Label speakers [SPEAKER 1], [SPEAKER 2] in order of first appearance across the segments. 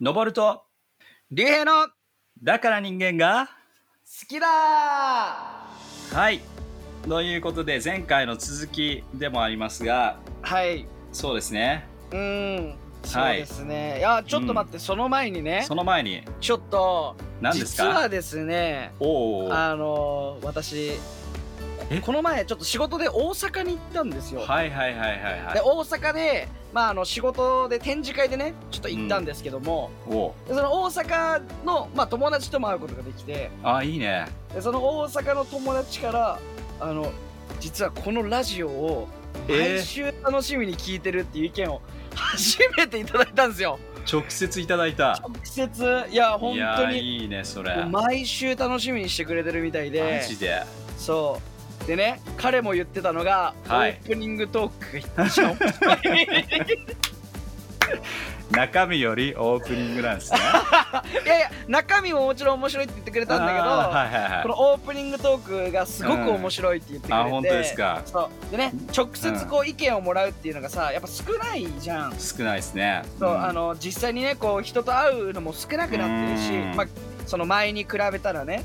[SPEAKER 1] 登ると
[SPEAKER 2] 竜兵の好
[SPEAKER 1] だから人間が
[SPEAKER 2] きだ
[SPEAKER 1] はいということで前回の続きでもありますが
[SPEAKER 2] はい。
[SPEAKER 1] そうですね
[SPEAKER 2] うん。そうですね。い、や、ちょっと待って、その前にね
[SPEAKER 1] そ、の前に
[SPEAKER 2] ちょっと、
[SPEAKER 1] 何です
[SPEAKER 2] 実
[SPEAKER 1] か
[SPEAKER 2] はですね、
[SPEAKER 1] おおは
[SPEAKER 2] あのー、私
[SPEAKER 1] え、
[SPEAKER 2] この前ちょっと仕事で大阪に行ったんです
[SPEAKER 1] い
[SPEAKER 2] よ。
[SPEAKER 1] はいはいはいは
[SPEAKER 2] で
[SPEAKER 1] い
[SPEAKER 2] 大阪で、まあ、あの仕事で展示会でねちょっと行ったんですけども、
[SPEAKER 1] おお
[SPEAKER 2] でその大阪の、まあ、友達とも会うことができて
[SPEAKER 1] あいいね
[SPEAKER 2] でその大阪の友達からあの実はこのラジオを毎
[SPEAKER 1] えー、
[SPEAKER 2] 週楽しみに聞いてるっていう意見を 初めていただいたんですよ
[SPEAKER 1] 直接いただいた
[SPEAKER 2] 直接いや本
[SPEAKER 1] いや
[SPEAKER 2] 当
[SPEAKER 1] ー
[SPEAKER 2] に
[SPEAKER 1] いいねそれ
[SPEAKER 2] もう
[SPEAKER 1] マ
[SPEAKER 2] 毎週楽しみにしてくれてるみたいで
[SPEAKER 1] ジで
[SPEAKER 2] そうでね彼も言ってたのが、
[SPEAKER 1] はい
[SPEAKER 2] オープニングトークが一番面 白い
[SPEAKER 1] 中身よりオープニングなん ですね
[SPEAKER 2] いやいや中身ももちろん面白いって言ってくれたんだけど、
[SPEAKER 1] あーはいはいはい
[SPEAKER 2] このオープニングトークがすごく面白いって言ってくれて、
[SPEAKER 1] あ本当ですか
[SPEAKER 2] そうでね直接こう意見をもらうっていうのがさやっぱ少ないじゃん
[SPEAKER 1] 少ないですね
[SPEAKER 2] そう、
[SPEAKER 1] うん
[SPEAKER 2] あの実際にねこう人と会うのも少なくなってるし
[SPEAKER 1] うん、
[SPEAKER 2] まあ、その前に比べたらね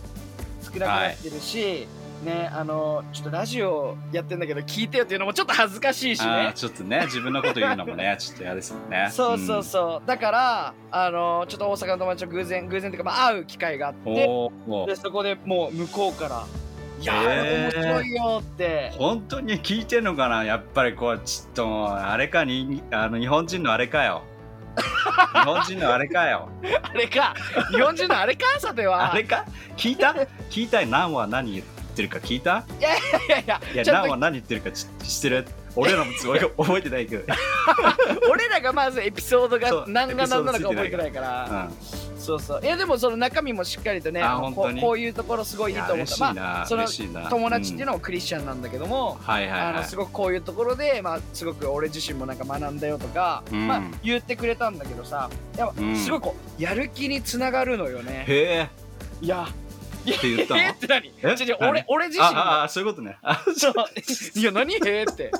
[SPEAKER 2] 少なくなってるし、ねあのちょっとラジオやってんだけど聞いてよっていうのもちょっと恥ずかしいし
[SPEAKER 1] あー
[SPEAKER 2] ね
[SPEAKER 1] ちょっとね自分のこと言うのもねちょっと嫌ですもんね
[SPEAKER 2] そうそう
[SPEAKER 1] う
[SPEAKER 2] そう、だからあのちょっと大阪の友達と偶然偶然というか、まあ、会う機会があっ
[SPEAKER 1] ん、
[SPEAKER 2] て
[SPEAKER 1] おお
[SPEAKER 2] でそこでもう向こうから「いやー、
[SPEAKER 1] へー
[SPEAKER 2] 面白いよ」って
[SPEAKER 1] 本当に聞いてんのかなやっぱりこうちょっとあれかにあの日本人のあれかよ日本人のあれかよ
[SPEAKER 2] あれか日本人のあれかさては
[SPEAKER 1] あれか聞いた聞いた何は何言ってるか聞いた
[SPEAKER 2] いやいや
[SPEAKER 1] いや
[SPEAKER 2] ちょっ
[SPEAKER 1] 何
[SPEAKER 2] と
[SPEAKER 1] は何言ってるかち知ってる俺らもすごい 覚えてないけど、
[SPEAKER 2] 俺らがまずエピソード
[SPEAKER 1] そ
[SPEAKER 2] が
[SPEAKER 1] う
[SPEAKER 2] 何が何なのか覚えてないか
[SPEAKER 1] う
[SPEAKER 2] ら。
[SPEAKER 1] ん、
[SPEAKER 2] そうそういやでもその中身もしっかりとね
[SPEAKER 1] あ
[SPEAKER 2] もう
[SPEAKER 1] 本
[SPEAKER 2] こ
[SPEAKER 1] 当
[SPEAKER 2] う
[SPEAKER 1] に
[SPEAKER 2] こういうところすごいいいと
[SPEAKER 1] い
[SPEAKER 2] 思
[SPEAKER 1] や嬉
[SPEAKER 2] った
[SPEAKER 1] しい
[SPEAKER 2] ま
[SPEAKER 1] な、
[SPEAKER 2] あその
[SPEAKER 1] 嬉しいな
[SPEAKER 2] 友達っていう
[SPEAKER 1] の、
[SPEAKER 2] のもクリスチャンなんだけども
[SPEAKER 1] うん、はいはい
[SPEAKER 2] あ
[SPEAKER 1] は
[SPEAKER 2] の
[SPEAKER 1] い
[SPEAKER 2] すごくこういうところで、まあ、すごく俺自身もなんか学んだよとか、
[SPEAKER 1] うん
[SPEAKER 2] まあ、言ってくれたんだけどさやっぱ
[SPEAKER 1] うん
[SPEAKER 2] すごくこうやる気につながるのよね、
[SPEAKER 1] へ
[SPEAKER 2] いや
[SPEAKER 1] えって 言ったの
[SPEAKER 2] えって何
[SPEAKER 1] え
[SPEAKER 2] 違う違う
[SPEAKER 1] 何
[SPEAKER 2] 俺俺自身
[SPEAKER 1] あ
[SPEAKER 2] が
[SPEAKER 1] あそういうことねあ
[SPEAKER 2] そういや何へえって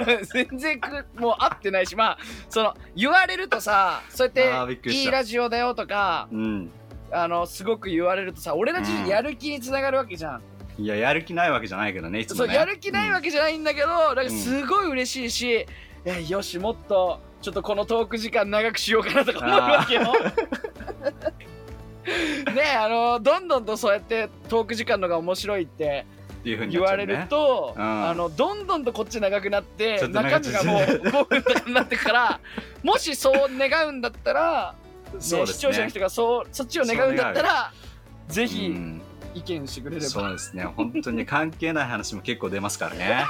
[SPEAKER 2] いや全然くもう合ってないしまあその言われるとさそう
[SPEAKER 1] あ
[SPEAKER 2] や
[SPEAKER 1] ー
[SPEAKER 2] っ
[SPEAKER 1] びってくりし
[SPEAKER 2] い
[SPEAKER 1] た
[SPEAKER 2] いラジオだよとか
[SPEAKER 1] うん
[SPEAKER 2] あのすごく言われるとさ俺たち
[SPEAKER 1] うん
[SPEAKER 2] やる気につながるわけじゃん、
[SPEAKER 1] いややる気ないわけじゃないけどねいつも
[SPEAKER 2] そう
[SPEAKER 1] ね
[SPEAKER 2] やる気ないわけじゃないんだけど、なん
[SPEAKER 1] ん
[SPEAKER 2] かすごい嬉しいし、えよしもっとちょっとこのトーク時間長くしようかなとか思うわけよ。 ねあのどんどんとそうやってトーク時間のが面白いって
[SPEAKER 1] っていうふうに
[SPEAKER 2] 言
[SPEAKER 1] なっちゃ
[SPEAKER 2] わ
[SPEAKER 1] うね
[SPEAKER 2] れると、
[SPEAKER 1] うん
[SPEAKER 2] あのどんどんとこっち長くなって
[SPEAKER 1] ちょっと長
[SPEAKER 2] 中
[SPEAKER 1] く
[SPEAKER 2] 身がもう5 分とかになってからもしそう願うんだったら、ね
[SPEAKER 1] そうですね
[SPEAKER 2] 視聴者の人がそうそっちを願うんだったらぜひ。
[SPEAKER 1] うん
[SPEAKER 2] 意見してくれれば
[SPEAKER 1] そうですね本当に関係ない話も結構出ますから ね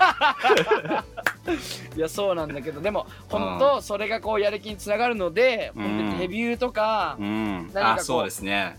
[SPEAKER 2] いやそうなんだけどでも本当それがこうやる気につながるので
[SPEAKER 1] うん
[SPEAKER 2] 本当にレビューとか
[SPEAKER 1] う、ん
[SPEAKER 2] 何かこ
[SPEAKER 1] あ
[SPEAKER 2] う
[SPEAKER 1] そうですね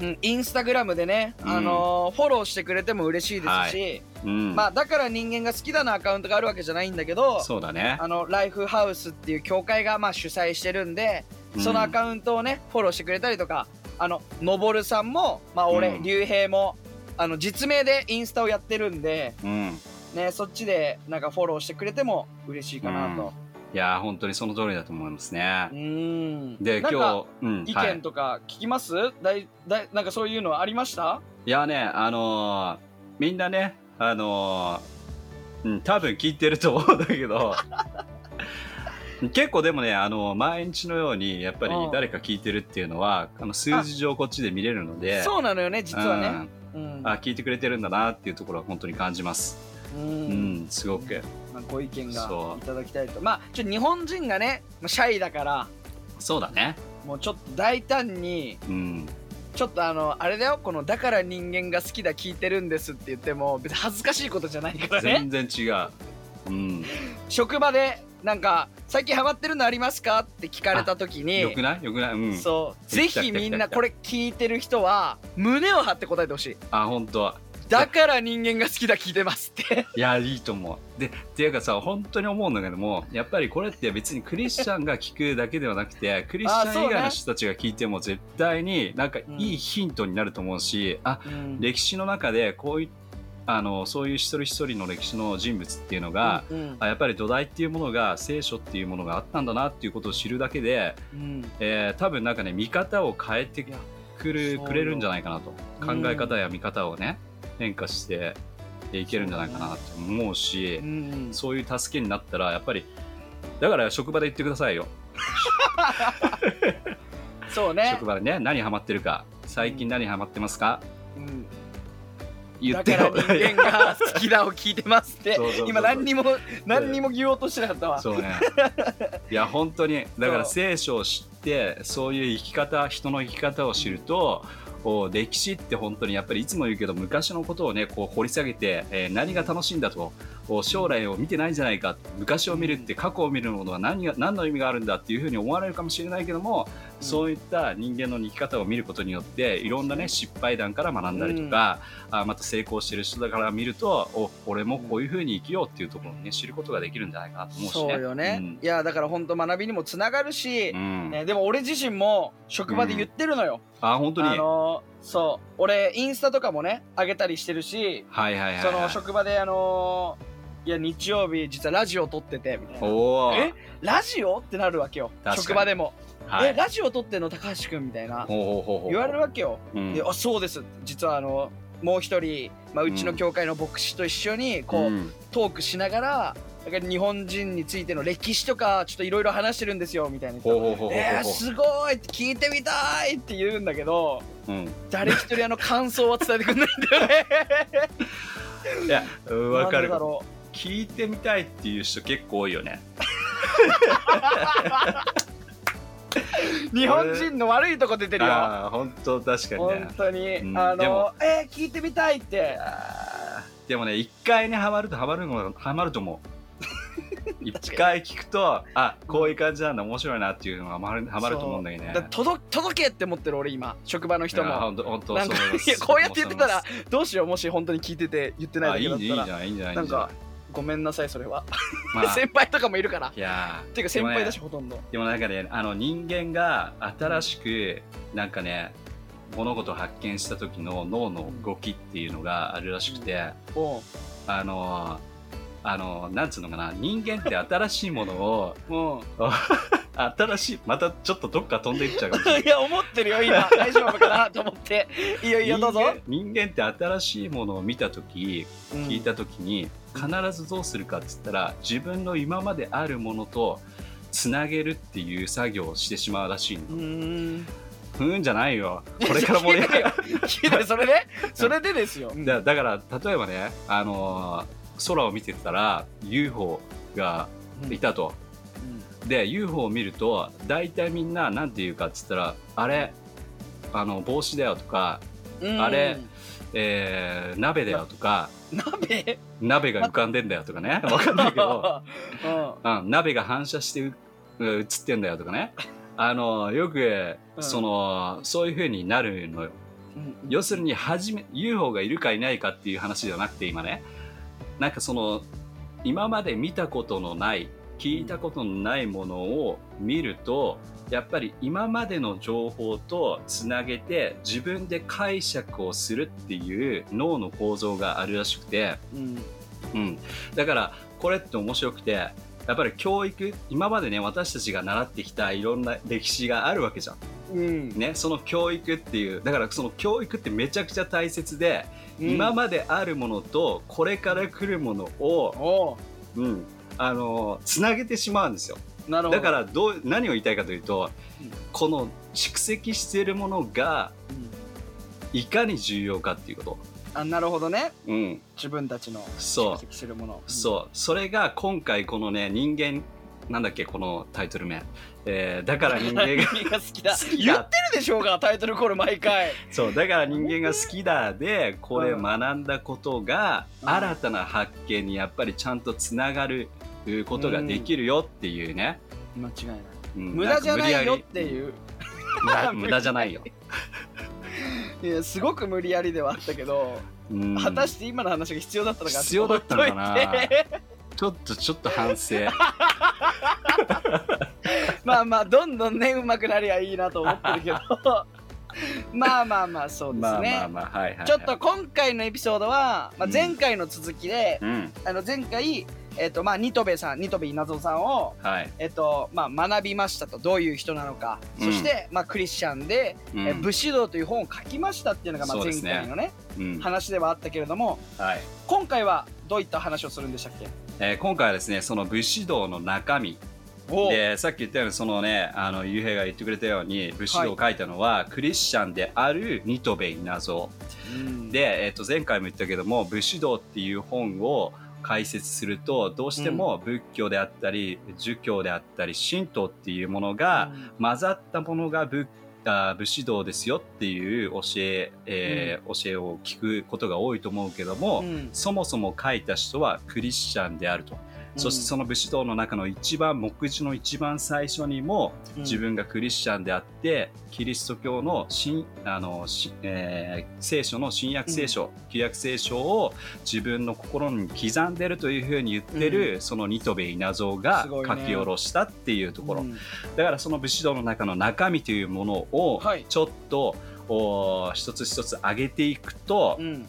[SPEAKER 2] うんインスタグラムでね、
[SPEAKER 1] うん
[SPEAKER 2] あのーフォローしてくれても嬉しいですし、
[SPEAKER 1] うん
[SPEAKER 2] まあだから人間が好きだなアカウントがあるわけじゃないんだけど
[SPEAKER 1] そうだね
[SPEAKER 2] あのライフハウスっていう協会がまあ主催してるんで
[SPEAKER 1] うん
[SPEAKER 2] そのアカウントをねフォローしてくれたりとかあののぼるさんもまあ俺、
[SPEAKER 1] うん
[SPEAKER 2] 竜兵もあの実名でインスタをやってるんで
[SPEAKER 1] うん
[SPEAKER 2] ねそっちでなんかフォローしてくれても嬉しいかなと。
[SPEAKER 1] いやー本当にその通りだと思いますね
[SPEAKER 2] うーん
[SPEAKER 1] で
[SPEAKER 2] な
[SPEAKER 1] 今
[SPEAKER 2] んか
[SPEAKER 1] 日うん
[SPEAKER 2] 意
[SPEAKER 1] はい
[SPEAKER 2] 見とか聞きます、だいだいなんかそういうのありました
[SPEAKER 1] いやねあのーみんなねあのーうん多分聞いてると思うんだけ ど結構でもねあのー毎日のようにやっぱり
[SPEAKER 2] うん
[SPEAKER 1] 誰か聞いてるっていうのはあの数字上こっちで見れるので
[SPEAKER 2] そうなのよね実はね、うん
[SPEAKER 1] うんあ聞いてくれてるんだなっていうところは本当に感じます
[SPEAKER 2] う
[SPEAKER 1] うんんすごく
[SPEAKER 2] まあ、ご意見
[SPEAKER 1] そ
[SPEAKER 2] が
[SPEAKER 1] う
[SPEAKER 2] いただきたいとまあちょっと日本人がねまあシャイだから
[SPEAKER 1] そうだね
[SPEAKER 2] もうちょっと大胆に
[SPEAKER 1] うん
[SPEAKER 2] ちょっとあのあれだよこの「だから人間が好きだ聞いてるんです」って言っても別に恥ずかしいことじゃないからね
[SPEAKER 1] 全然違ううん
[SPEAKER 2] 職場でなんか「最近ハマってるのありますか?」って聞かれた時
[SPEAKER 1] よ
[SPEAKER 2] に
[SPEAKER 1] くないよくないうん
[SPEAKER 2] そうぜ
[SPEAKER 1] 来た来た来た来た
[SPEAKER 2] ひみんなこれ聞いてる人は胸を張って答えてほしい
[SPEAKER 1] あ本当
[SPEAKER 2] だから人間が好きだ聞いてますって。
[SPEAKER 1] いやいいと思うでっていうかさ本当に思うんだけどもやっぱりこれって別にクリスチャンが聞くだけではなくてクリスチャン以外の人たちが聞いても絶対になんかいいヒントになると思うし、あ歴史の中でこういうあのそういう一人一人の歴史の人物っていうのが、
[SPEAKER 2] うん
[SPEAKER 1] あやっぱり土台っていうものが聖書っていうものがあったんだなっていうことを知るだけで、
[SPEAKER 2] うん
[SPEAKER 1] えー多分なんかね見方を変えて
[SPEAKER 2] いや
[SPEAKER 1] くる
[SPEAKER 2] そうよ
[SPEAKER 1] くれるんじゃないかなと
[SPEAKER 2] う
[SPEAKER 1] 考
[SPEAKER 2] ん
[SPEAKER 1] え方や見方をね変化していけるんじゃないかなって思うし
[SPEAKER 2] うんうん
[SPEAKER 1] そういう助けになったらやっぱりだから職場で言ってくださいよ
[SPEAKER 2] そうね
[SPEAKER 1] 職場でね何ハマってるか最近何ハマってますか
[SPEAKER 2] うん
[SPEAKER 1] 言っ
[SPEAKER 2] だ
[SPEAKER 1] て
[SPEAKER 2] から
[SPEAKER 1] よ
[SPEAKER 2] 人間が好きだを聞いてますって
[SPEAKER 1] そうそうそう
[SPEAKER 2] 今何にも何にも言おうとしてなかったわ
[SPEAKER 1] そうね。い や本当にだから聖書を知ってそういう生き方人の生き方を知ると。こう歴史って本当にやっぱりいつも言うけど昔のことをねこう掘り下げて、えー何が楽しいんだとこう将来を見てないんじゃないか昔を見るって過去を見るものは何が何の意味があるんだっていうふうに思われるかもしれないけども、
[SPEAKER 2] うん
[SPEAKER 1] そういった人間の生き方を見ることによっていろんなね失敗談から学んだりと
[SPEAKER 2] うん
[SPEAKER 1] か、あまた成功してる人だから見るとお俺もこういうふうに生きようっていうところをね知ることができるんじゃないかなと思うしね。
[SPEAKER 2] そうよね、
[SPEAKER 1] うん
[SPEAKER 2] いやだから本当学びにもつながるし
[SPEAKER 1] う、ん
[SPEAKER 2] ね、でも俺自身も職場で言ってるのよ、
[SPEAKER 1] あ本当に、
[SPEAKER 2] あのそう俺インスタとかもね上げたりしてるし、
[SPEAKER 1] はいはいはいはい
[SPEAKER 2] その職場であのいや日曜日実はラジオ撮っててみたいな
[SPEAKER 1] おお
[SPEAKER 2] えラジオってなるわけよ
[SPEAKER 1] 確かに
[SPEAKER 2] 職場でも、
[SPEAKER 1] はい
[SPEAKER 2] えラジオ撮ってんの高橋君みたいな
[SPEAKER 1] ほうほうほうほう
[SPEAKER 2] 言われるわけよ、
[SPEAKER 1] うん
[SPEAKER 2] であそうです実はあのもう一人、まあ、うちの教会の牧師と一緒にこ
[SPEAKER 1] う
[SPEAKER 2] う、
[SPEAKER 1] ん
[SPEAKER 2] トークしながらだから日本人についての歴史とかちょっといろいろ話してるんですよみたいな
[SPEAKER 1] ほうほうほうほうほう
[SPEAKER 2] えー、すごいって聞いてみたいって言うんだけど
[SPEAKER 1] うん
[SPEAKER 2] 誰一人あの感想は伝えてくれないんだよね
[SPEAKER 1] いやうん わか
[SPEAKER 2] なんで
[SPEAKER 1] る
[SPEAKER 2] だろ
[SPEAKER 1] 聞いてみたいっていう人結構多いよね
[SPEAKER 2] う日本人の悪いとこ出てるよ
[SPEAKER 1] ああ本当確かにね
[SPEAKER 2] 本当に、
[SPEAKER 1] うん
[SPEAKER 2] あ
[SPEAKER 1] でも
[SPEAKER 2] のえー、聞いてみたいって
[SPEAKER 1] あーでもね一回ねハマるとハマるのハマると 思う一回聞くとあこういう感じなんだ面白いなっていうのがハマるハマると思うんだよね
[SPEAKER 2] だ届届けって思ってる俺今職場の人
[SPEAKER 1] いや
[SPEAKER 2] も
[SPEAKER 1] 本当本当
[SPEAKER 2] なんか
[SPEAKER 1] そう思ます
[SPEAKER 2] いやこうやって言ってたら
[SPEAKER 1] そ
[SPEAKER 2] どうしようもし本当に聞いてて言って
[SPEAKER 1] う思います
[SPEAKER 2] な
[SPEAKER 1] あ
[SPEAKER 2] い
[SPEAKER 1] いいねいいじゃないいい
[SPEAKER 2] だけだったら
[SPEAKER 1] じゃない
[SPEAKER 2] ない
[SPEAKER 1] い
[SPEAKER 2] ん
[SPEAKER 1] じゃない
[SPEAKER 2] かごめんなさいそれは、
[SPEAKER 1] まあ
[SPEAKER 2] 先輩とかもいるから
[SPEAKER 1] いやー
[SPEAKER 2] ていうか先輩だしほとんど
[SPEAKER 1] でもなんかねあの人間が新しくなんかね物事を発見した時の脳の動きっていうのがあるらしくて、
[SPEAKER 2] おう
[SPEAKER 1] あのあのなんつうのかな人間って新しいものを
[SPEAKER 2] うん
[SPEAKER 1] 新しいまたちょっとどっか飛んでいっちゃうかもしれない
[SPEAKER 2] いや思ってる よ今大丈夫かなと思って いいよいいよどうぞ
[SPEAKER 1] 人間人間って新しいものを見た時聞い
[SPEAKER 2] 聞
[SPEAKER 1] た時に必ずどうするかっつったら自分の今まであるものとつなげるっていう作業をしてしまうらしいの
[SPEAKER 2] うーん
[SPEAKER 1] ふーんじゃないよこれから盛り上がる
[SPEAKER 2] 聞いてそれでそれでですよ
[SPEAKER 1] だだから例えばね、あのー空を見てたら UFO がいたと、で UFO を見ると大体みんな何て言うかっつったら「あれあの帽子だよ」とか
[SPEAKER 2] うん
[SPEAKER 1] あれ「えー鍋だよ」とか
[SPEAKER 2] 鍋
[SPEAKER 1] 「鍋が浮かんでんだよ」とか ねわかんないけど、
[SPEAKER 2] うん
[SPEAKER 1] うん、鍋が反射してうう映ってんだよとかねあのーよく、
[SPEAKER 2] うん
[SPEAKER 1] そのそういう風になるのよ
[SPEAKER 2] うん
[SPEAKER 1] 要するに初め UFO がいるかいないかっていう話じゃなくて今ねなんかその今まで見たことのない聞いたことのないものを見るとやっぱり今までの情報とつなげて自分で解釈をするっていう脳の構造があるらしくて、
[SPEAKER 2] うん
[SPEAKER 1] うん、だからこれって面白くてやっぱり教育今までね私たちが習ってきたいろんな歴史があるわけじゃん。
[SPEAKER 2] うん
[SPEAKER 1] ね、その教育っていうだからその教育ってめちゃくちゃ大切で、今まであるものとこれから来るものを、
[SPEAKER 2] おう
[SPEAKER 1] うん、あのつなげてしまうんですよ
[SPEAKER 2] なるほど
[SPEAKER 1] だからどう何を言いたいかというと、
[SPEAKER 2] うん
[SPEAKER 1] この蓄積しているものが
[SPEAKER 2] うん
[SPEAKER 1] いかに重要かっていうこと、
[SPEAKER 2] あなるほどね
[SPEAKER 1] うん、
[SPEAKER 2] 自分たちの
[SPEAKER 1] そう
[SPEAKER 2] 蓄積するもの
[SPEAKER 1] そうそれが今回このね人間なんだっけこのタイトル名、えーだから人 間が
[SPEAKER 2] 君 が好きだ
[SPEAKER 1] 好き
[SPEAKER 2] 言
[SPEAKER 1] だ
[SPEAKER 2] ってるでしょうがタイトルコール毎回
[SPEAKER 1] そうだから人間が好きだでこれ
[SPEAKER 2] うん
[SPEAKER 1] 学んだことが
[SPEAKER 2] うん
[SPEAKER 1] 新たな発見にやっぱりちゃんとつながるうことができるよっていうね、
[SPEAKER 2] 間違いない
[SPEAKER 1] うん
[SPEAKER 2] 無駄じゃないよって
[SPEAKER 1] う
[SPEAKER 2] い
[SPEAKER 1] ん
[SPEAKER 2] う
[SPEAKER 1] 無駄無駄じゃない よ、
[SPEAKER 2] いやすごく無理やりではあったけど
[SPEAKER 1] うん
[SPEAKER 2] 果たして今の話が必要だったのか
[SPEAKER 1] 必要だったのかな
[SPEAKER 2] 置いといて
[SPEAKER 1] ちょっとちょっと 反省
[SPEAKER 2] まあまあどんどんねうまくなりゃいいなと思ってるけどまあまあまあそうですね、
[SPEAKER 1] まあまあまあはいはい、はい、
[SPEAKER 2] ちょっと今回のエピソードは、まあ、前回の続きで、
[SPEAKER 1] うん
[SPEAKER 2] あの前回、えっとまあ、ニトベさんニトベ稲造さんを、
[SPEAKER 1] はい、
[SPEAKER 2] えっとまあ、学びましたとどういう人なのか、
[SPEAKER 1] うん
[SPEAKER 2] そして、まあ、クリスチャンで、
[SPEAKER 1] うん
[SPEAKER 2] え武士道という本を書きましたっていうのが、まあ、
[SPEAKER 1] そうで
[SPEAKER 2] 前
[SPEAKER 1] すね
[SPEAKER 2] 回のね
[SPEAKER 1] うん
[SPEAKER 2] 話ではあったけれども
[SPEAKER 1] はい
[SPEAKER 2] 今回はどういった話をするんでしたっけ
[SPEAKER 1] えー今回はですねその武士道の中身
[SPEAKER 2] おう
[SPEAKER 1] でさっき言ったようにそのねあのゆうへいが言ってくれたように武士道を書いたのは、クリスチャンであるニトベイナゾ
[SPEAKER 2] うん
[SPEAKER 1] で、えっと前回も言ったけども「武士道」っていう本を解説するとどうしても仏教であったり儒教であったり神道っていうものが
[SPEAKER 2] うん
[SPEAKER 1] 混ざったものが仏あ武士道ですよっていう教ええー教えを聞くことが多いと思うけども、
[SPEAKER 2] うん
[SPEAKER 1] そもそも書いた人はクリスチャンであると。そしてその武士道の中の一番目次の一番最初にも
[SPEAKER 2] うん
[SPEAKER 1] 自分がクリスチャンであってキリスト教の新あの、しえー聖書の新約聖書、旧約聖書を自分の心に刻んでるというふうに言ってる、そのニトベイナゾウが
[SPEAKER 2] す
[SPEAKER 1] 書
[SPEAKER 2] ごい
[SPEAKER 1] き
[SPEAKER 2] ね
[SPEAKER 1] 下ろしたっていうところ、
[SPEAKER 2] うん
[SPEAKER 1] だからその武士道の中の中身というものを
[SPEAKER 2] はい
[SPEAKER 1] ちょっと、お一つ一つ上げていくと、
[SPEAKER 2] うん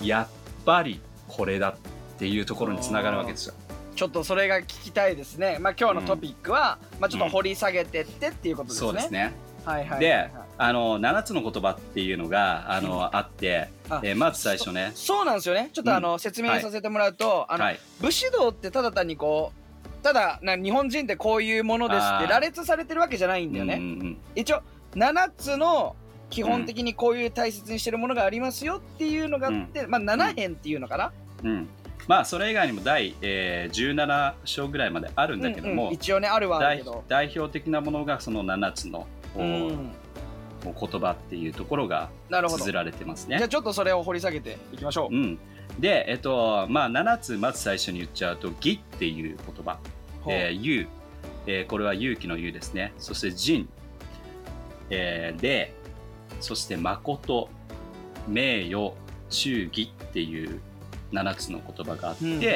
[SPEAKER 1] やっぱりこれだっていうところにつながるわけですよ。
[SPEAKER 2] ちょっとそれが聞きたいですね。まあ今日のトピックは、まあちょっと掘り下げてってっていうことですね。
[SPEAKER 1] そうですね
[SPEAKER 2] はいはいはいはい。
[SPEAKER 1] であの7つの言葉っていうのがあのあって
[SPEAKER 2] あ
[SPEAKER 1] えーまず最初ね
[SPEAKER 2] そうなんですよね。ちょっ
[SPEAKER 1] う
[SPEAKER 2] と
[SPEAKER 1] ん
[SPEAKER 2] あの、説明させてもらうと、あの、
[SPEAKER 1] はい
[SPEAKER 2] 武士道ってただ単にこうただな日本人ってこういうものですっ
[SPEAKER 1] あー
[SPEAKER 2] て羅列されてるわけじゃないんだよ
[SPEAKER 1] うんう
[SPEAKER 2] ね。
[SPEAKER 1] んうん
[SPEAKER 2] 一応7つの基本的にこういう大切にしてるものがありますよっていうのがあって、まあ7編っていうのかな。
[SPEAKER 1] うんまあそれ以外にも第、えー17章ぐらいまであるんだけど
[SPEAKER 2] うん
[SPEAKER 1] も、
[SPEAKER 2] うん一応ねあるはあるけ
[SPEAKER 1] 代
[SPEAKER 2] ど。
[SPEAKER 1] 代表的なものがその7つのこう
[SPEAKER 2] うん。
[SPEAKER 1] こう言葉っていうところが
[SPEAKER 2] なるほど。
[SPEAKER 1] 綴
[SPEAKER 2] じ
[SPEAKER 1] られてます
[SPEAKER 2] ゃ
[SPEAKER 1] ね
[SPEAKER 2] あ。ちょっとそれを掘り下げていきましょう
[SPEAKER 1] う。ん、で、えっとまあ、7つまず最初に言っちゃうと「義」っていう言葉「
[SPEAKER 2] ほう
[SPEAKER 1] えー、勇」えーこれは勇気の勇ですねそして「仁」えー「礼」そして「誠」「名誉」「忠義」っていう7つの言葉があって、
[SPEAKER 2] うん
[SPEAKER 1] 今日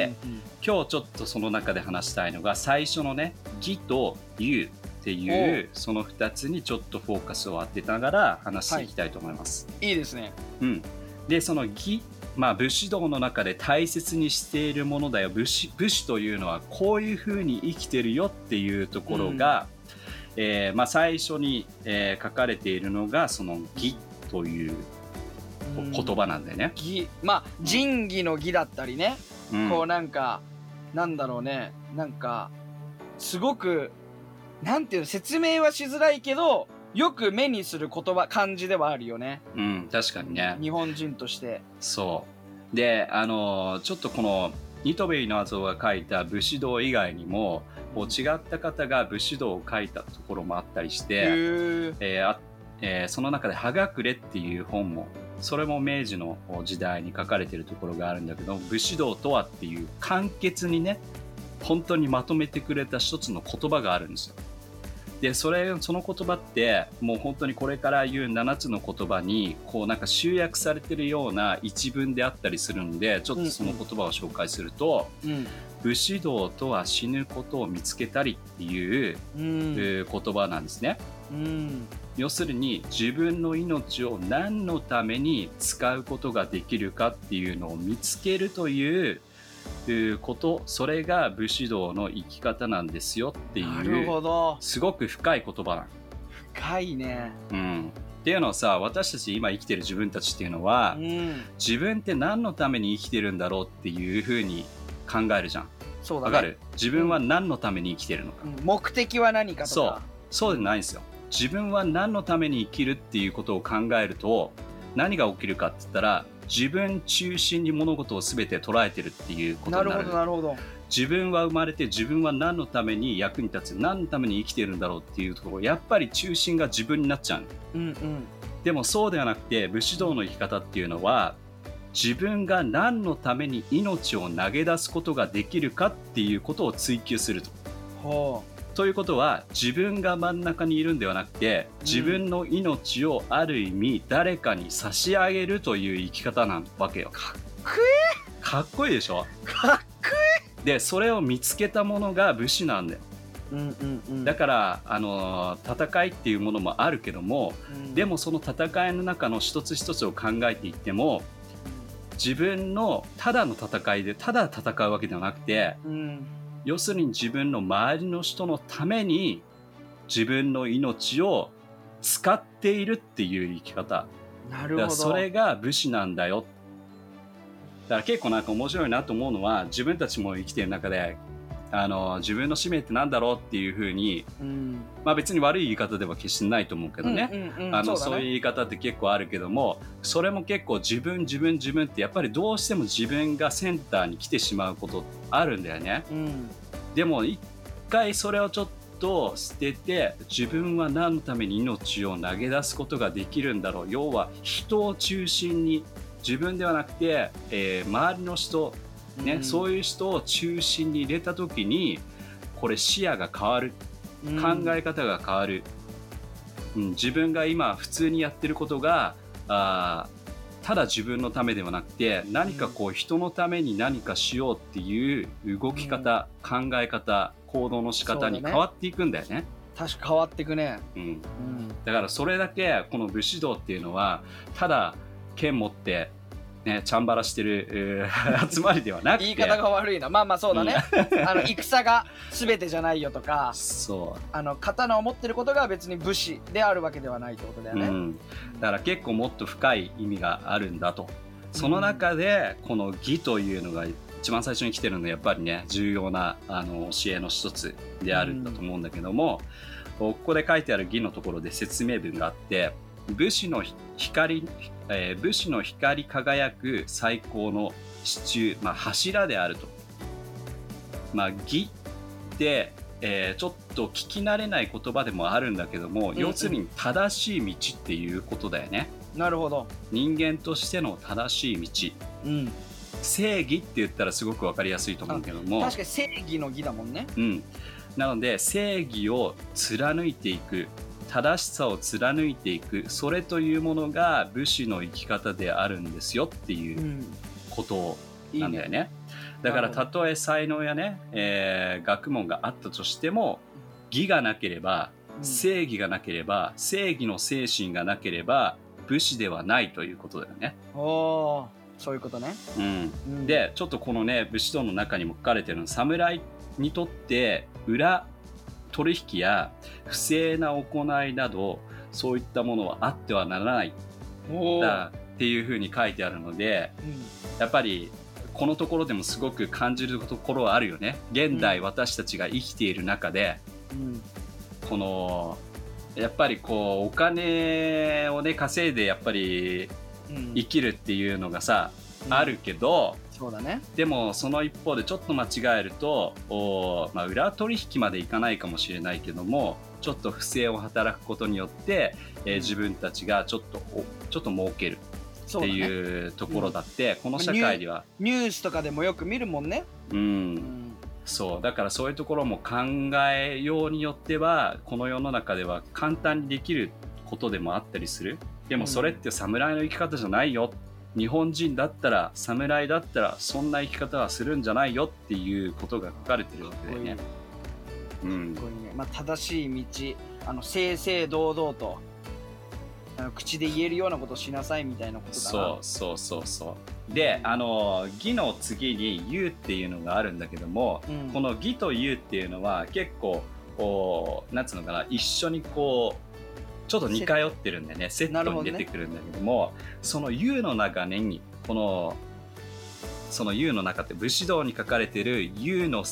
[SPEAKER 2] うんうん
[SPEAKER 1] ちょっとその中で話したいのが最初のね「義」と「勇」っていうその2つにちょっとフォーカスを当てながら話していきたいと思います。
[SPEAKER 2] いいですね。
[SPEAKER 1] うん、でその義、まあ、武士道の中で大切にしているものだよ武士武士というのはこういうふうに生きてるよっていうところが、えーまあ、最初に、えー書かれているのがその義という
[SPEAKER 2] うん
[SPEAKER 1] 言葉なんだよね。
[SPEAKER 2] 義まあ仁義の義だったりね、
[SPEAKER 1] うん
[SPEAKER 2] こうなんかなんだろうねなんかすごくなんていうの説明はしづらいけどよく目にする言葉漢字ではあるよね
[SPEAKER 1] うん、確かにね。
[SPEAKER 2] 日本人として
[SPEAKER 1] そうであのちょっとこのニトベイの謎が書いた武士道以外にもこう違った方が武士道を書いたところもあったりして。
[SPEAKER 2] へー
[SPEAKER 1] えーあえーその中で「葉隠れ」っていう本もそれも明治の時代に書かれてるところがあるんだけど武士道とはっていう簡潔にね本当にまとめてくれた一つの言葉があるんですよ。でそれその言葉ってもう本当にこれから言う7つの言葉にこうなんか集約されてるような一文であったりするんでちょっとその言葉を紹介すると
[SPEAKER 2] うん
[SPEAKER 1] 「武士道とは死ぬことを見つけたり」っていう、
[SPEAKER 2] うん
[SPEAKER 1] えー言葉なんですね。
[SPEAKER 2] うん
[SPEAKER 1] 要するに自分の命を何のために使うことができるかっていうのを見つけるというえーことそれが武士道の生き方なんですよって
[SPEAKER 2] なる
[SPEAKER 1] い
[SPEAKER 2] ほ
[SPEAKER 1] う
[SPEAKER 2] ど
[SPEAKER 1] すごく深い言葉な
[SPEAKER 2] 深いね
[SPEAKER 1] の、うん。っていうのをさ私たち今生きてる自分たちっていうの
[SPEAKER 2] う
[SPEAKER 1] は
[SPEAKER 2] ん
[SPEAKER 1] 自分って何のために生きてるんだろうっていうふうに考えるじゃん。
[SPEAKER 2] そうだ
[SPEAKER 1] わ
[SPEAKER 2] ね
[SPEAKER 1] かる自分は何のために生きてるのか
[SPEAKER 2] う。ん目的は何かとか
[SPEAKER 1] そうそうでないんですよ自分は何のために生きるっていうことを考えると何が起きるかって言ったら自分中心に物事を全て捉えてるっていうことにな
[SPEAKER 2] な
[SPEAKER 1] る
[SPEAKER 2] るほどなるほど
[SPEAKER 1] 自分は生まれて自分は何のために役に立つ何のために生きてるんだろうっていうところやっぱり中心が自分になっちゃう
[SPEAKER 2] うんうん
[SPEAKER 1] でもそうではなくて武士道の生き方っていうのは自分が何のために命を投げ出すことができるかっていうことを追求すると
[SPEAKER 2] ほ
[SPEAKER 1] ということは自分が真ん中にいるんではなくて自分の命をある意味誰かに差し上げるという生き方なわけよか
[SPEAKER 2] っこ
[SPEAKER 1] いいかっこいいでしょ
[SPEAKER 2] うかっこ
[SPEAKER 1] でそれを見つけたものが武士なんだよ
[SPEAKER 2] いうんうんうん
[SPEAKER 1] だから、あのー戦いっていうものもあるけども
[SPEAKER 2] うん
[SPEAKER 1] でもその戦いの中の一つ一つを考えていっても自分のただの戦いでただ戦うわけではなくて
[SPEAKER 2] うん
[SPEAKER 1] 要するに自分の周りの人のために自分の命を使っているっていう生き方
[SPEAKER 2] な
[SPEAKER 1] だ
[SPEAKER 2] る
[SPEAKER 1] か
[SPEAKER 2] ほ
[SPEAKER 1] ら
[SPEAKER 2] ど
[SPEAKER 1] それが武士なんだよだから結構なんか面白いなと思うのは自分たちも生きてる中であの自分の使命ってなんだろうっていうふうに
[SPEAKER 2] うん
[SPEAKER 1] まあ別に悪い言い方では決してないと思うけどね、
[SPEAKER 2] うんうん
[SPEAKER 1] あのそう
[SPEAKER 2] だ
[SPEAKER 1] いう
[SPEAKER 2] ね
[SPEAKER 1] 言い方って結構あるけどもそれも結構自分自分自分ってやっぱりどうしても自分がセンターに来てしまうことあるんだよね
[SPEAKER 2] うん
[SPEAKER 1] でも一回それをちょっと捨てて自分は何のために命を投げ出すことができるんだろう要は人を中心に自分ではなくて、えー周りの人、ね
[SPEAKER 2] うん
[SPEAKER 1] そういう人を中心に入れた時にこれ視野が変わる
[SPEAKER 2] うん
[SPEAKER 1] 考え方が変わる、うん、自分が今普通にやってることがあーただ自分のためではなくて何かこう人のために何かしようっていう動き方、考え方行動の仕方に
[SPEAKER 2] そうだね
[SPEAKER 1] 変わっていくんだよね
[SPEAKER 2] 確か変わってくね
[SPEAKER 1] うん、
[SPEAKER 2] うん
[SPEAKER 1] だからそれだけこの武士道っていうのはただ剣持ってねチャンバラしてるうー集まりではなくて
[SPEAKER 2] 言い方が悪いなまあまあそうだねあの戦が全てじゃないよとか
[SPEAKER 1] そう
[SPEAKER 2] あの刀を持ってることが別に武士であるわけではないってことだよ
[SPEAKER 1] う
[SPEAKER 2] ね
[SPEAKER 1] ん、だから結構もっと深い意味があるんだとその中でこの義というのが一番最初に来てるのはやっぱりね重要なあの教えの一つであるんだと思うんだけども、ここで書いてある義のところで説明文があって武士の光、えー武士の光り輝く最高の支柱、まあ、柱であると。まあ、義って、えーちょっと聞き慣れない言葉でもあるんだけども、
[SPEAKER 2] ん
[SPEAKER 1] 要するに正しい道っていうことだよね
[SPEAKER 2] なるほど
[SPEAKER 1] 人間としての正しい道
[SPEAKER 2] うん
[SPEAKER 1] 正義って言ったらすごく分かりやすいと思うけども
[SPEAKER 2] 確かに正義の義だもんね
[SPEAKER 1] うん、なので正義を貫いていく正しさを貫いていくそれというものが武士の生き方であるんですよっていううんことを
[SPEAKER 2] いい
[SPEAKER 1] なんだよ
[SPEAKER 2] ね
[SPEAKER 1] ね。だから
[SPEAKER 2] なるほ
[SPEAKER 1] たとえ才能やね、えー学問があったとしても義がなければ
[SPEAKER 2] うん
[SPEAKER 1] 正義がなければ正義の精神がなければ武士ではないということだよね。
[SPEAKER 2] おーそういうことね
[SPEAKER 1] うん、
[SPEAKER 2] うん
[SPEAKER 1] でちょっとこのね武士道の中にも書かれてるの侍にとって裏取引や不正な行いなどそういったものはあってはならないん
[SPEAKER 2] おー
[SPEAKER 1] だっていうふうに書いてあるので
[SPEAKER 2] うん
[SPEAKER 1] やっぱりこのところでもすごく感じるところはあるよね現代私たちが生きている中で、
[SPEAKER 2] うん
[SPEAKER 1] このやっぱりこうお金をね稼いでやっぱり
[SPEAKER 2] うん
[SPEAKER 1] 生きるっていうのがさ、
[SPEAKER 2] うん
[SPEAKER 1] あるけど
[SPEAKER 2] そうだね
[SPEAKER 1] でもその一方でちょっと間違えるとおー、まあ、裏取引までいかないかもしれないけどもちょっと不正を働くことによって、えー自分たちがちょっとおちょっと儲ける
[SPEAKER 2] そ
[SPEAKER 1] っ
[SPEAKER 2] う
[SPEAKER 1] て
[SPEAKER 2] だね
[SPEAKER 1] いうところだってこの社会では、
[SPEAKER 2] ニュースとかでもよく見るもんね
[SPEAKER 1] う、
[SPEAKER 2] うんん
[SPEAKER 1] そうだからそういうところも考えようによってはこの世の中では簡単にできることでもあったりするで
[SPEAKER 2] う
[SPEAKER 1] も
[SPEAKER 2] ん
[SPEAKER 1] それって侍の生き方じゃないよ日本人だったら侍だったらそんな生き方はするんじゃないよっていうことが書かれてるわけだよね。うん
[SPEAKER 2] すごいね、まあ、正しい道あの正々堂々とあの口で言えるようなことをしなさいみたいなことだな
[SPEAKER 1] そうそうそうそう。であの義の次に「言う」っていうのがあるんだけども
[SPEAKER 2] う、ん、
[SPEAKER 1] この義というっていうのは結構こうなんつうのかな一緒にこうちょっと似通ってるんだよねセ
[SPEAKER 2] な
[SPEAKER 1] ッ
[SPEAKER 2] る
[SPEAKER 1] ト
[SPEAKER 2] ほど
[SPEAKER 1] に
[SPEAKER 2] ね
[SPEAKER 1] 出てくるんだけどもその優の中にこのその優の中って武士道に書かれてる優の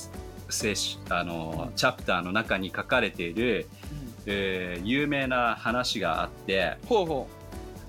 [SPEAKER 1] 聖書あのチャプターの中に書かれている、
[SPEAKER 2] うん
[SPEAKER 1] えー有名な話があって
[SPEAKER 2] ほうほ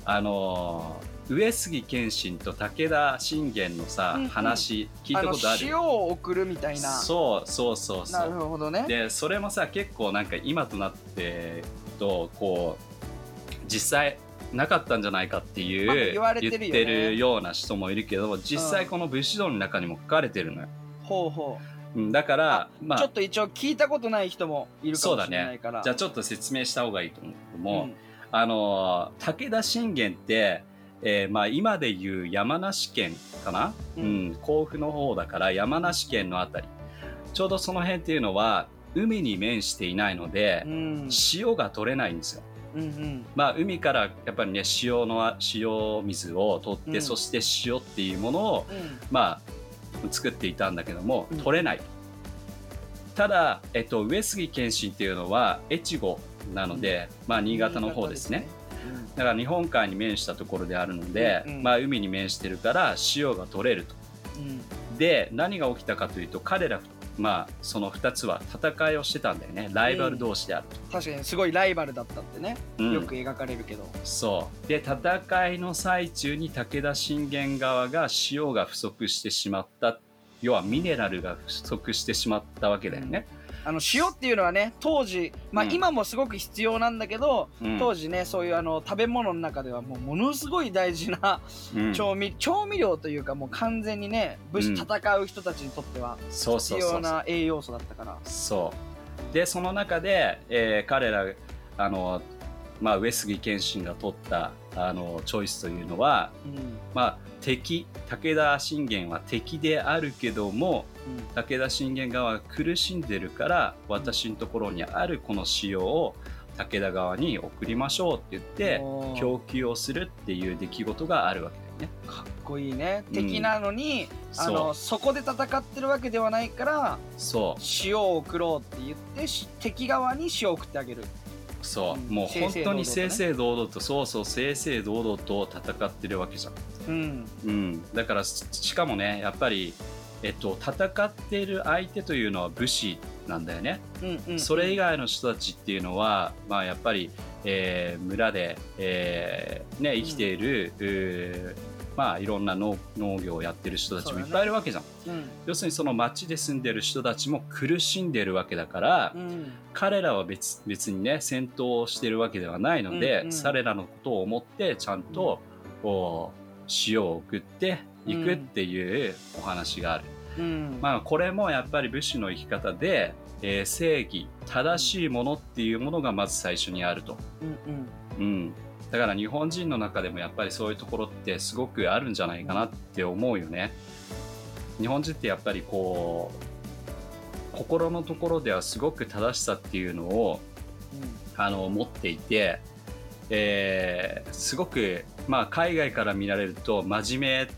[SPEAKER 1] あの上杉謙信と武田信玄のさ、
[SPEAKER 2] うんうん
[SPEAKER 1] 話
[SPEAKER 2] う
[SPEAKER 1] 聞いたことあ
[SPEAKER 2] の
[SPEAKER 1] る
[SPEAKER 2] 塩を送るみたいな
[SPEAKER 1] そうそうそうそう
[SPEAKER 2] なるほどね
[SPEAKER 1] でそれもさ結構なんか今となってとこう実際なかったんじゃないかっていう
[SPEAKER 2] あ言われてるよ
[SPEAKER 1] 言
[SPEAKER 2] ね
[SPEAKER 1] ってるような人もいるけど実際この武士道の中にも書かれてるのよ、
[SPEAKER 2] ほうほ
[SPEAKER 1] うん、だからま
[SPEAKER 2] うちょ
[SPEAKER 1] あ
[SPEAKER 2] っと一応聞いたことない人もいるかもしれないから
[SPEAKER 1] じゃあ
[SPEAKER 2] ょ
[SPEAKER 1] ちょっと説明した方がいいと思うけど
[SPEAKER 2] っ
[SPEAKER 1] も、あのー武田信玄って、えーまあ、今でいう山梨県かな、
[SPEAKER 2] う
[SPEAKER 1] うんん甲府の方だから山梨県のあたりちょうどその辺っていうのは海に面していないので、
[SPEAKER 2] うん
[SPEAKER 1] 塩が取れないんですよ。
[SPEAKER 2] うんうん
[SPEAKER 1] まあ、海からやっぱりね塩の塩水を取って、
[SPEAKER 2] うん
[SPEAKER 1] そして塩っていうものを
[SPEAKER 2] うん
[SPEAKER 1] まあ、作っていたんだけども
[SPEAKER 2] うん
[SPEAKER 1] 取れない、ただ、えっと、上杉謙信っていうのは越後なので、まあ、新潟の方ですねだから日本海に面したところであるので、
[SPEAKER 2] うんうん
[SPEAKER 1] まあ、海に面してるから塩が取れると
[SPEAKER 2] うん
[SPEAKER 1] で何が起きたかというと彼ら、まあ、その2つは戦いをしてたんだよねライバル同士である
[SPEAKER 2] 確かにすごいライバルだったってね、
[SPEAKER 1] と、うん
[SPEAKER 2] よく描かれるけど
[SPEAKER 1] そうで戦いの最中に武田信玄側が塩が不足してしまった要はミネラルが不足してしまったわけだよね、
[SPEAKER 2] あの塩っていうのはね当時まあ
[SPEAKER 1] うん
[SPEAKER 2] 今もすごく必要なんだけど、
[SPEAKER 1] うん
[SPEAKER 2] 当時ねそういうあの食べ物の中ではもうものすごい大事な
[SPEAKER 1] うん
[SPEAKER 2] 調味,、調味料というかもう完全にね武士
[SPEAKER 1] うん
[SPEAKER 2] 戦う人たちにとっては
[SPEAKER 1] そうそ
[SPEAKER 2] 必
[SPEAKER 1] うそ
[SPEAKER 2] 要
[SPEAKER 1] うそう
[SPEAKER 2] な栄養素だったから
[SPEAKER 1] そうでその中で、えー彼らあの、まあ、上杉謙信が取ったあのチョイスというのは、
[SPEAKER 2] うん
[SPEAKER 1] まあ、敵武田信玄は敵であるけども
[SPEAKER 2] うん
[SPEAKER 1] 武田信玄側が苦しんでるから私のところにあるこの塩を武田側に送りましょうって言って
[SPEAKER 2] おー
[SPEAKER 1] 供給をするっていう出来事があるわけだよね。
[SPEAKER 2] かっこいいね
[SPEAKER 1] うん
[SPEAKER 2] 敵なのに、あ
[SPEAKER 1] そ
[SPEAKER 2] の
[SPEAKER 1] う
[SPEAKER 2] そこで戦ってるわけではないから
[SPEAKER 1] そう
[SPEAKER 2] 塩を送ろうって言ってし敵側に塩を送ってあげる
[SPEAKER 1] そう、
[SPEAKER 2] うん
[SPEAKER 1] もう本当に
[SPEAKER 2] 正
[SPEAKER 1] 正
[SPEAKER 2] 々
[SPEAKER 1] 々堂々とそうそう正々堂々と戦ってるわけじゃん。
[SPEAKER 2] うん
[SPEAKER 1] うん、だからししかもねやっぱり、えっと、戦ってる相手というのは武士なんだよね。
[SPEAKER 2] うんうん
[SPEAKER 1] それ以外の人たちっていうのは、まあ、やっぱり、えー村で、えーね、生きている、えーまあ、いろんんな農農業をやってる人たちもいっぱいいるわけじゃん、
[SPEAKER 2] うん
[SPEAKER 1] 要するにその町で住んでる人たちも苦しんでるわけだから、
[SPEAKER 2] うん
[SPEAKER 1] 彼らは別別にね戦闘をしてるわけではないので、
[SPEAKER 2] うんうん
[SPEAKER 1] 彼らのことを思ってちゃんと、こう塩を送っていくっていうお話がある。
[SPEAKER 2] うん
[SPEAKER 1] まあ、これもやっぱり武士の生き方で、えー正義正しいものっていうものがまず最初にあると、
[SPEAKER 2] うんうん
[SPEAKER 1] うん、だから日本人の中でもやっぱりそういうところってすごくあるんじゃないかなって思うよね日本人ってやっぱりこう心のところではすごく正しさっていうのをあの持っていて、えーすごく、まあ、海外から見られると真面目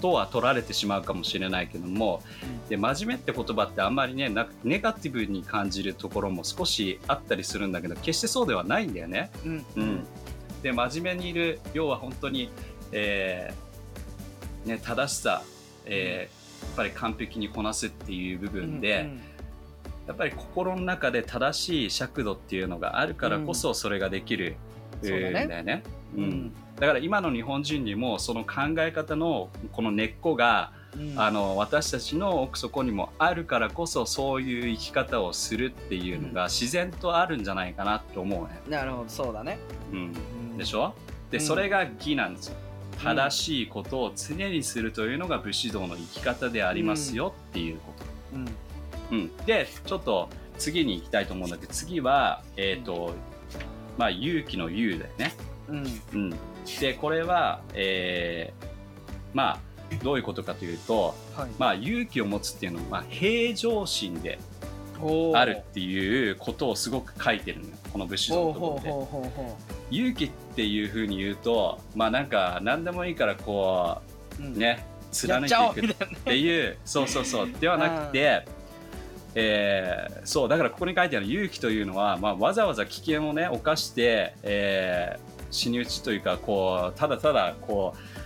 [SPEAKER 1] とは取られてしまうかもしれないけども、
[SPEAKER 2] うん
[SPEAKER 1] で真面目って言葉ってあんまりねなネガティブに感じるところも少しあったりするんだけど決してそうではないんだよね。
[SPEAKER 2] うん
[SPEAKER 1] うん、で真面目にいる要は本当に、えーね、正しさ、えーやっぱり完璧にこなすっていう部分で。やっぱり心の中で正しい尺度っていうのがあるからこそそれができる、
[SPEAKER 2] うんそう
[SPEAKER 1] えー
[SPEAKER 2] だね
[SPEAKER 1] んだよね、う
[SPEAKER 2] う
[SPEAKER 1] んんだから今の日本人にもその考え方のこの根っこが、
[SPEAKER 2] うん
[SPEAKER 1] あの私たちの奥底にもあるからこそそういう生き方をするっていうのが自然とあるんじゃないかなと思うね、
[SPEAKER 2] なるほどそうだね
[SPEAKER 1] うん、でし
[SPEAKER 2] ょ
[SPEAKER 1] ょで、
[SPEAKER 2] うん
[SPEAKER 1] それが義なんですよ正しいことを常にするというのが武士道の生き方でありますよっていうこと、
[SPEAKER 2] うん
[SPEAKER 1] うん、でちょっと次に行きたいと思うんだけど次はえっ、とまあ勇気の勇だよね、
[SPEAKER 2] うん
[SPEAKER 1] うん、でこれは、えーまあどういうことかというと、
[SPEAKER 2] はい
[SPEAKER 1] まあ、勇気を持つっていうのは、まあ、平常心で
[SPEAKER 2] おー
[SPEAKER 1] あるっていうことをすごく書いてるのよこの武士道
[SPEAKER 2] ほ
[SPEAKER 1] の
[SPEAKER 2] う
[SPEAKER 1] ところ
[SPEAKER 2] ほう
[SPEAKER 1] で
[SPEAKER 2] ほうほうほ
[SPEAKER 1] 勇気っていうふうに言うとまあなんか何でもいいからこ
[SPEAKER 2] うう
[SPEAKER 1] うんね
[SPEAKER 2] や
[SPEAKER 1] 貫
[SPEAKER 2] っ
[SPEAKER 1] い
[SPEAKER 2] ちゃおう
[SPEAKER 1] ていく
[SPEAKER 2] みたいな
[SPEAKER 1] っていうそうそうそうではなくて、えーそうだからここに書いてある勇気というのは、まあ、わざわざ危険をね犯して、えー死に打ちというかこうただただこう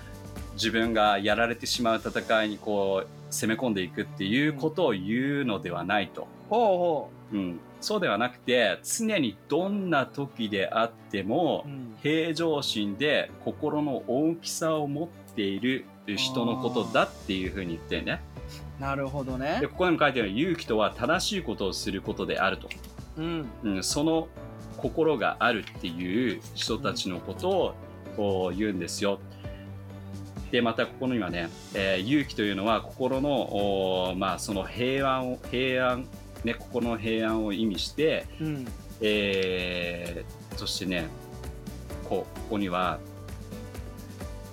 [SPEAKER 1] 自分がやられてしまう戦いにこう攻め込んでいくっていうことを言うのではないと。
[SPEAKER 2] ほ
[SPEAKER 1] うん、そうではなくて常にどんな時であっても、
[SPEAKER 2] うほううん
[SPEAKER 1] 平常心で心の大きさを持っている人のことだっていうふうに言ってね
[SPEAKER 2] なるほどね
[SPEAKER 1] でここにも書いてある勇気とは正しいことをすることであると、
[SPEAKER 2] うん
[SPEAKER 1] うん、その心があるっていう人たちのことをこう言うんですよでまたここにはね、えー勇気というのは心のおーまあその平安を平安ね心の平安を意味して
[SPEAKER 2] うん
[SPEAKER 1] えーそしてねこうここには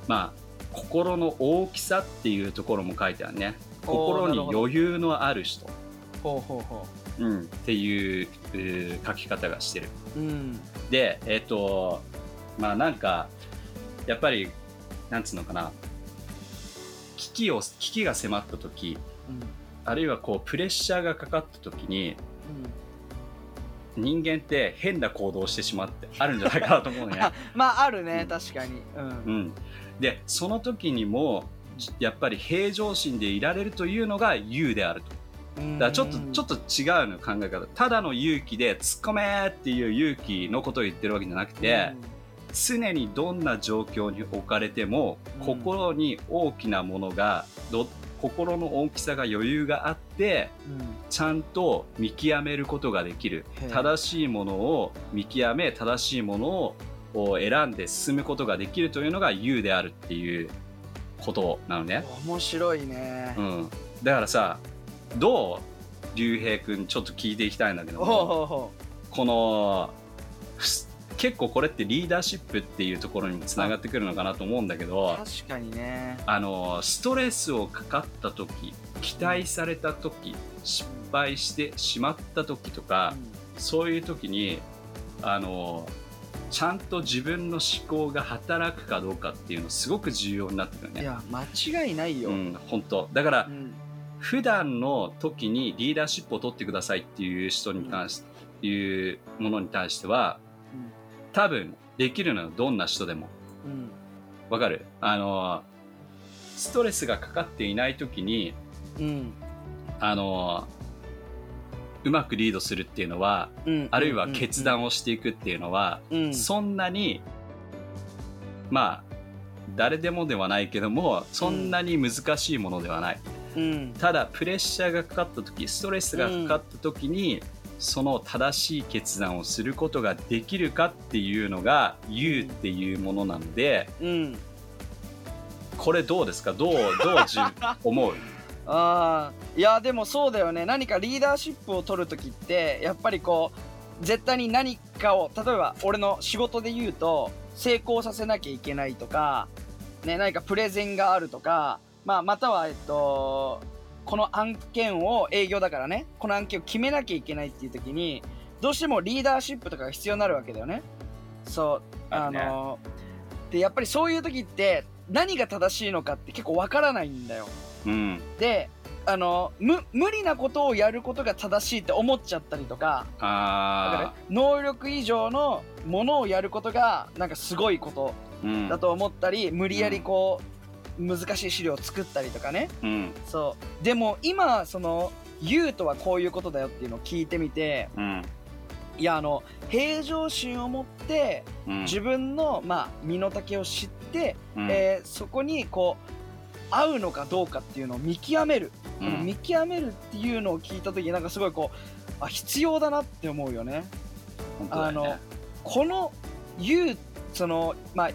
[SPEAKER 1] まあ心の大きさっていうところも書いてあるね
[SPEAKER 2] おー
[SPEAKER 1] 心に余裕のある人
[SPEAKER 2] ほうほうほうん
[SPEAKER 1] っていうえー書き方がしてる。
[SPEAKER 2] うん
[SPEAKER 1] で、えっ、と、まあなんか、やっぱり、なんつうのかな、危機を、危機が迫った時、あるいはこう、プレッシャーがかかった時に、人間って変な行動をしてしまってあるんじゃないかなと思うのね
[SPEAKER 2] あ。まああるね、
[SPEAKER 1] うん
[SPEAKER 2] 確かにうん、
[SPEAKER 1] うん。で、その時にも、やっぱり平常心でいられるというのが優であると。だからちょっと、ちょっ
[SPEAKER 2] と
[SPEAKER 1] と違うの考え方。ただの勇気で、突っ込めーっていう勇気のことを言ってるわけじゃなくて、常にどんな状況に置かれても
[SPEAKER 2] うん
[SPEAKER 1] 心に大きなものがど心の大きさが余裕があってちゃんと見極めることができる
[SPEAKER 2] へえ
[SPEAKER 1] 正しいものを見極め正しいものをを選んで進むことができるというのが優であるっていうことなのね、
[SPEAKER 2] 面白いね、
[SPEAKER 1] うん、だからさどう竜兵くんちょっと聞いていきたいんだけど
[SPEAKER 2] お
[SPEAKER 1] も
[SPEAKER 2] うほうほ
[SPEAKER 1] このふす結構これってリーダーシップっていうところにもつながってくるのかなと思うんだけ
[SPEAKER 2] う
[SPEAKER 1] ど
[SPEAKER 2] 確かにね
[SPEAKER 1] あのストレスをかかった時期待された時失敗してしまった時とかそういう時にあのちゃんと自分の思考が働くかどうかっていうのすごく重要になってくる
[SPEAKER 2] うんい
[SPEAKER 1] ね。
[SPEAKER 2] や間違いないよ、
[SPEAKER 1] うん、本当だから
[SPEAKER 2] うん
[SPEAKER 1] 普段の時にリーダーシップを取ってくださいっていう人に関して、いうものに対しては、
[SPEAKER 2] うん
[SPEAKER 1] 多分できるのはどんな人でも
[SPEAKER 2] うん
[SPEAKER 1] わかるあのストレスがかかっていない時に
[SPEAKER 2] うん
[SPEAKER 1] あのうまくリードするっていうのは
[SPEAKER 2] うん
[SPEAKER 1] あるいは決断をしていくっていうのは、
[SPEAKER 2] うん
[SPEAKER 1] そんなにまあ誰でもではないけどもそんなに難しいものではない。
[SPEAKER 2] うん
[SPEAKER 1] ただプレッシャーがかかった時ストレスがかかった時に、その正しい決断をすることができるかっていうのが「You」っていうものなので
[SPEAKER 2] うん
[SPEAKER 1] これどうですかどうどうじゅ思う
[SPEAKER 2] あーいやでもそうだよね何かリーダーシップを取る時ってやっぱりこう絶対に何かを例えば俺の仕事で言うと成功させなきゃいけないとか、ね、何かプレゼンがあるとか、まあ、または、えっと、この案件を営業だからねこの案件を決めなきゃいけないっていう時にどうしてもリーダーシップとかが必要になるわけだよね。そう
[SPEAKER 1] あ
[SPEAKER 2] あ
[SPEAKER 1] るね
[SPEAKER 2] のでやっぱりそういう時って何が正しいのかって結構わからないんだよ。
[SPEAKER 1] うん
[SPEAKER 2] であの無無理なことをやることが正しいって思っちゃったりとかだから
[SPEAKER 1] あ
[SPEAKER 2] 能力以上のものをやることがなんかすごいこと
[SPEAKER 1] ーうん
[SPEAKER 2] だと思ったり、無理やりこう、難しい資料を作ったりとかね
[SPEAKER 1] うん
[SPEAKER 2] そうでも今その「言うとはこういうことだよ」っていうのを聞いてみて
[SPEAKER 1] うん
[SPEAKER 2] いやあの平常心を持って
[SPEAKER 1] うん
[SPEAKER 2] 自分の、まあ、身の丈を知って、
[SPEAKER 1] うん
[SPEAKER 2] えーそこにこう合うのかどうかっていうのを見極める
[SPEAKER 1] う
[SPEAKER 2] 見
[SPEAKER 1] ん
[SPEAKER 2] 極めるっていうのを聞いた時なんかすごいこうあ必要だなって思うよね。
[SPEAKER 1] 本当だよね
[SPEAKER 2] この勇そのまあ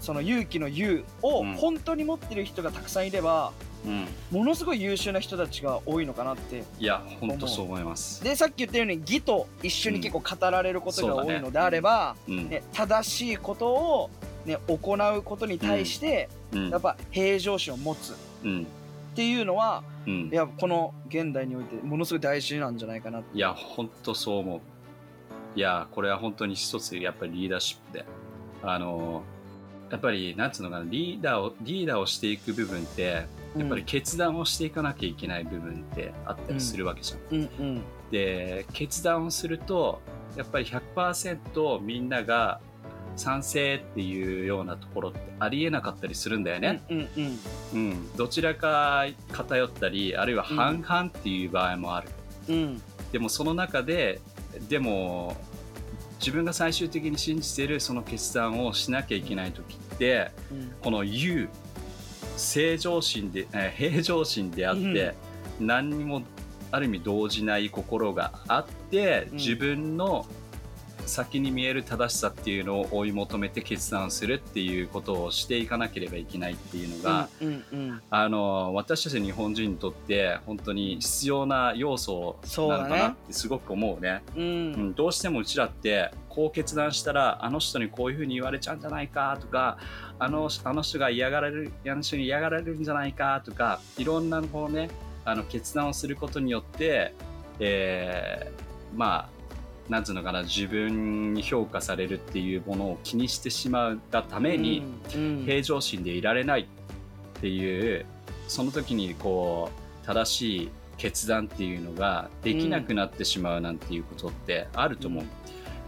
[SPEAKER 2] その勇気の勇を
[SPEAKER 1] うん
[SPEAKER 2] 本当に持ってる人がたくさんいれば、
[SPEAKER 1] うん
[SPEAKER 2] ものすごい優秀な人たちが多いのかなって
[SPEAKER 1] いや本当そう思います
[SPEAKER 2] でさっき言ったように義と一緒に結構語られることが
[SPEAKER 1] うん
[SPEAKER 2] 多いのであれば、
[SPEAKER 1] うん
[SPEAKER 2] ね、正しいことを、ね、行うことに対して、
[SPEAKER 1] うん
[SPEAKER 2] やっぱ平常心を持つっ
[SPEAKER 1] うん
[SPEAKER 2] ていうのは
[SPEAKER 1] うん
[SPEAKER 2] いやこの現代においてものすごい大事なんじゃないかなって
[SPEAKER 1] いや本当そう思ういやこれは本当に一つやっぱりリーダーシップであのやっぱりなんつうのかなリーダーをリーダーをしていく部分ってやっぱり、決断をしていかなきゃいけない部分ってあったりするわけじゃん、
[SPEAKER 2] うんうん
[SPEAKER 1] で決断をするとやっぱり100%みんなが賛成っていうようなところってありえなかったりするんだよね、
[SPEAKER 2] うんうん
[SPEAKER 1] うんどちらか偏ったりあるいは半々っていう場合もある、
[SPEAKER 2] うんうん
[SPEAKER 1] でもその中ででも自分が最終的に信じているその決断をしなきゃいけない時って
[SPEAKER 2] うん
[SPEAKER 1] この「you」正常心で、えー平常心であって、何にもある意味動じない心があって
[SPEAKER 2] うん
[SPEAKER 1] 自分の先に見える正しさっていうのを追い求めて決断するっていうことをしていかなければいけないっていうのが、
[SPEAKER 2] うんうん
[SPEAKER 1] あの私たち日本人にとって本当に必要な要素なのかなってすごく思うね
[SPEAKER 2] う
[SPEAKER 1] うんん、どうしてもうちらってこう決断したらあの人にこういうふうに言われちゃうんじゃないかとかあのあの人が嫌がられるあの人に嫌がられるんじゃないかとかいろんなこうねあの決断をすることによってえーまあなんつうのかな自分に評価されるっていうものを気にしてしまったために、
[SPEAKER 2] うん
[SPEAKER 1] 平常心でいられないっていうその時にこう正しい決断っていうのができなくなってしまうなんていうことってあると思う、
[SPEAKER 2] うん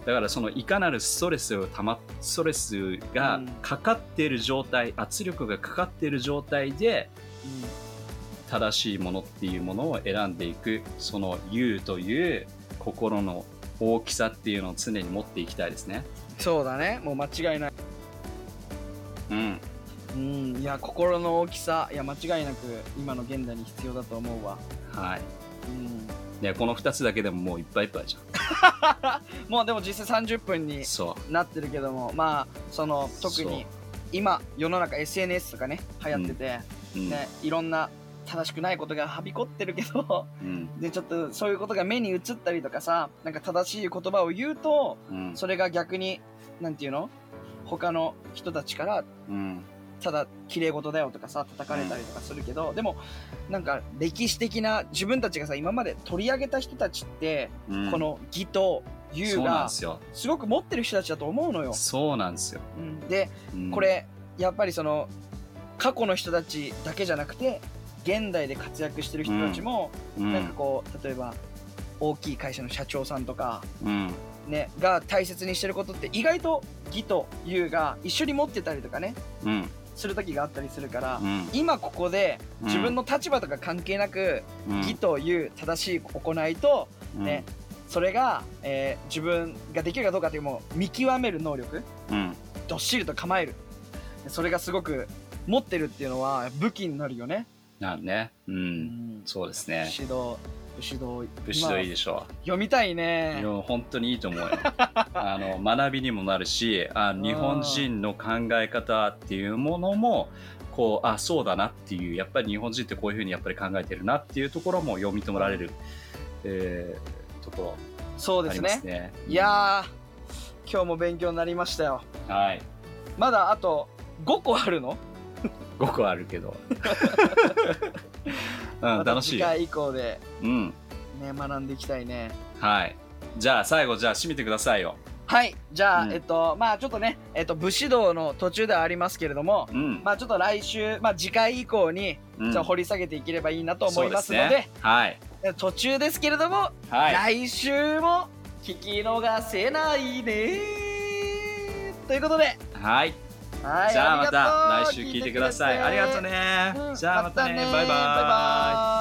[SPEAKER 1] だからそのいかなるストレスをたまストレスがかかっている状態、圧力がかかっている状態で正しいものっていうものを選んでいくその「you」という心の大きさっていうのを常に持っていきたいですね。
[SPEAKER 2] そうだねもう間違いない、
[SPEAKER 1] うん、
[SPEAKER 2] うん、いや心の大きさいや間違いなく今の現代に必要だと思うわ、
[SPEAKER 1] はい
[SPEAKER 2] うん、
[SPEAKER 1] でこの2つだけでももういっぱいいっぱいじ
[SPEAKER 2] もうでも実際30分
[SPEAKER 1] ゃ
[SPEAKER 2] に
[SPEAKER 1] ん。そう
[SPEAKER 2] なってるけどもまあその特に今世の中 SNS とかね流行ってて、
[SPEAKER 1] うん
[SPEAKER 2] ね、いろんな正しくないことがはびこってるけど
[SPEAKER 1] うん
[SPEAKER 2] でちょっとそういうことが目に映ったりとかさなんか正しい言葉を言うと
[SPEAKER 1] うん
[SPEAKER 2] それが逆になんていうの他の人たちから
[SPEAKER 1] うん
[SPEAKER 2] ただ綺麗事だよとかさ叩かれたりとかするけど、でもなんか歴史的な自分たちがさ今まで取り上げた人たちって、
[SPEAKER 1] うん
[SPEAKER 2] この義と優
[SPEAKER 1] そうなん
[SPEAKER 2] が
[SPEAKER 1] ですよ
[SPEAKER 2] すごく持ってる人たちだと思うのよ。
[SPEAKER 1] そうなんですよ、
[SPEAKER 2] うんで
[SPEAKER 1] うん
[SPEAKER 2] これやっぱりその過去の人たちだけじゃなくて現代で活躍してる人たちも、
[SPEAKER 1] うん
[SPEAKER 2] なんかこう例えば大きい会社の社長さんとか、
[SPEAKER 1] うん
[SPEAKER 2] ね、が大切にしてることって意外と義と優が一緒に持ってたりとかね
[SPEAKER 1] うん
[SPEAKER 2] する時があったりするから、
[SPEAKER 1] うん
[SPEAKER 2] 今ここで自分の立場とか関係なく、義と優正しい行いと
[SPEAKER 1] うん
[SPEAKER 2] ねそれが、えー自分ができるかどうかっていうもう見極める能力
[SPEAKER 1] うん
[SPEAKER 2] どっしりと構えるそれがすごく持ってるっていうのは武器になるよね、
[SPEAKER 1] なるねう
[SPEAKER 2] うんん、
[SPEAKER 1] そうです
[SPEAKER 2] 武
[SPEAKER 1] ね
[SPEAKER 2] 士道武士道
[SPEAKER 1] 武士道いい
[SPEAKER 2] ま
[SPEAKER 1] でしょ、
[SPEAKER 2] あ読みたいうね
[SPEAKER 1] いや本当にいいと思う よあの学びにもなるしあ日本人の考え方っていうものもこうあそうだなっていうやっぱり日本人ってこういうふうにやっぱり考えてるなっていうところも読み止められる、えーとこ
[SPEAKER 2] そう
[SPEAKER 1] ろ
[SPEAKER 2] で
[SPEAKER 1] あり
[SPEAKER 2] す
[SPEAKER 1] ま
[SPEAKER 2] ね
[SPEAKER 1] すね
[SPEAKER 2] いやー今日も勉強になりましたよ
[SPEAKER 1] はい
[SPEAKER 2] まだあと5個あるの、
[SPEAKER 1] 5個あるけ ど、うん、
[SPEAKER 2] また
[SPEAKER 1] 楽しい
[SPEAKER 2] 次
[SPEAKER 1] よ、
[SPEAKER 2] 回以降で
[SPEAKER 1] うん、
[SPEAKER 2] ね学んでいきたいね
[SPEAKER 1] はいじゃあ最後じゃあ締めてくださいよ
[SPEAKER 2] はいじゃあ、
[SPEAKER 1] うん
[SPEAKER 2] えっとまあちょっとね、えっと、武士道の途中ではありますけれども
[SPEAKER 1] うん、
[SPEAKER 2] まあちょっと来週、まあ、次回以降に、
[SPEAKER 1] うん
[SPEAKER 2] ちょっと掘り下げていければいいなと思いますの
[SPEAKER 1] そう
[SPEAKER 2] で
[SPEAKER 1] ね、はい
[SPEAKER 2] 途中ですけれども
[SPEAKER 1] はい
[SPEAKER 2] 来週も聞き逃せないねということで、
[SPEAKER 1] はい
[SPEAKER 2] はい、
[SPEAKER 1] じゃあま
[SPEAKER 2] りがとう
[SPEAKER 1] た来週聞いてくださいありがとうね、
[SPEAKER 2] うん
[SPEAKER 1] じゃあまたね,、
[SPEAKER 2] また
[SPEAKER 1] バイバイ
[SPEAKER 2] ねバイバイ